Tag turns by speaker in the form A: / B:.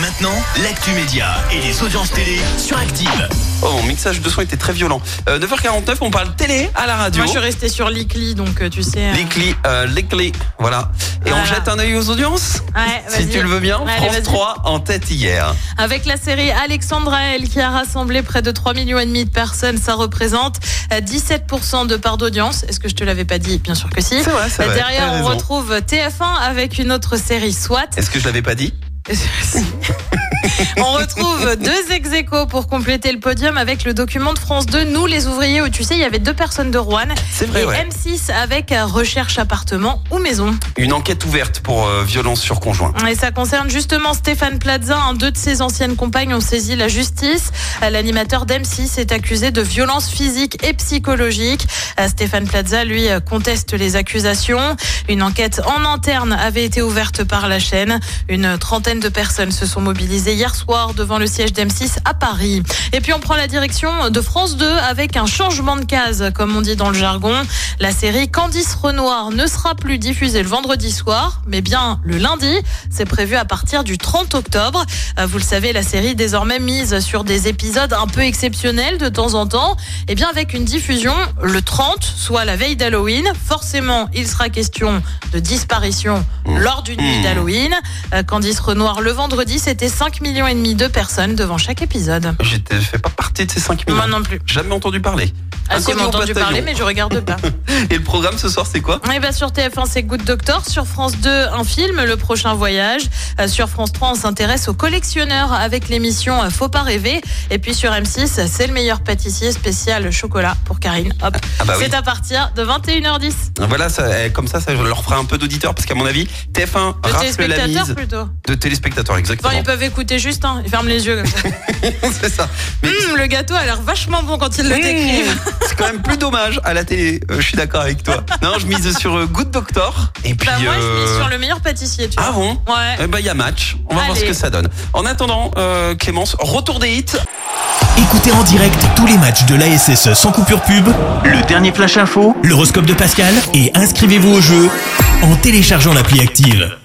A: maintenant, l'actu média et les audiences télé sur Active.
B: Oh, mon mixage de son était très violent. Euh, 9h49, on parle télé à la radio.
C: Moi, je suis restée sur l'ICLI, donc euh, tu sais. euh,
B: Les clés, euh, les clés, voilà. Et on
C: Voilà.
B: jette un œil aux audiences
C: ouais,
B: Si
C: vas-y.
B: tu le veux bien,
C: Allez,
B: France
C: vas-y.
B: 3 en tête hier.
C: Avec la série Alexandra L qui a rassemblé près de 3,5 millions de personnes, ça représente euh, 17% de part d'audience. Est-ce que je te l'avais pas dit Bien sûr que si. Euh,
B: C'est vrai, c'est vrai.
C: Bah, Derrière,
B: t'as
C: on
B: raison.
C: retrouve TF1 avec une autre série SWAT.
B: Est-ce que je l'avais pas dit
C: on retrouve deux ex aequo pour compléter le podium avec le document de France 2, Nous les ouvriers, où tu sais, il y avait deux personnes de Rouen.
B: C'est vrai,
C: Et
B: ouais.
C: M6 avec euh, Recherche appartement ou maison.
B: Une enquête ouverte pour euh, violence sur conjoint.
C: Et ça concerne justement Stéphane Plaza, un deux de ses anciennes compagnes ont saisi la justice. Euh, L'animateur d'M6 est accusé de violences physiques et psychologiques. Euh, Stéphane Plaza, lui, euh, conteste les accusations. Une enquête en interne avait été ouverte par la chaîne. Une trentaine de personnes se sont mobilisées hier soir devant le siège d'M6 à Paris. Et puis on prend la direction de France 2 avec un changement de case, comme on dit dans le jargon. La série Candice Renoir ne sera plus diffusée le vendredi soir, mais bien le lundi. C'est prévu à partir du 30 octobre. Euh, Vous le savez, la série est désormais mise sur des épisodes un peu exceptionnels de temps en temps. Et bien avec une diffusion le 30, soit la veille d'Halloween. Forcément, il sera question de disparition
B: Mmh.
C: lors d'une nuit
B: Mmh.
C: d'Halloween. Euh, Candice Renoir le vendredi, c'était 5 millions et demi de personnes devant chaque épisode.
B: J'étais- Je fais pas partie de ces 5 millions.
C: Moi non plus.
B: Jamais entendu parler.
C: Ah, si,
B: Inconnu
C: j'ai
B: au
C: entendu
B: bataillon.
C: parler, mais je regarde pas.
B: Et le programme ce soir, c'est quoi
C: Et ben sur TF1, c'est Good Doctor. Sur France 2, un film, Le Prochain Voyage. Euh, Sur France 3, on s'intéresse aux collectionneurs avec l'émission euh, Faut pas rêver. Et puis sur M6, c'est le meilleur pâtissier spécial chocolat pour Karine. Hop.
B: Ah bah oui.
C: C'est à partir de 21h10.
B: Voilà, ça, euh, comme ça, ça je leur ferai un peu d'auditeurs parce qu'à mon avis, TF1
C: De
B: rafle la
C: téléspectateurs
B: mise
C: plutôt.
B: de téléspectateurs,
C: Enfin,
B: exactement.
C: ils peuvent écouter juste, hein. Ils ferment les yeux comme ça.
B: c'est ça. Mais
C: Hum, le gâteau a l'air vachement bon quand ils le décrivent.
B: Mmh, C'est quand même plus dommage à la télé. Euh, je suis d'accord avec toi. Non, je mise sur euh, Good Doctor. Et puis.
C: Bah, moi, je mise
B: euh,
C: sur le meilleur pâtissier, tu
B: Ah bon
C: vois. Ouais.
B: Eh ben, il y a match. On va voir ce
C: Allez.
B: que ça donne. En attendant, euh, Clémence, retour des hits.
A: Écoutez en direct tous les matchs de l'ASSE sans coupure pub,
D: Le dernier flash info
A: l'horoscope de Pascal et inscrivez-vous au jeu en téléchargeant l'appli Active.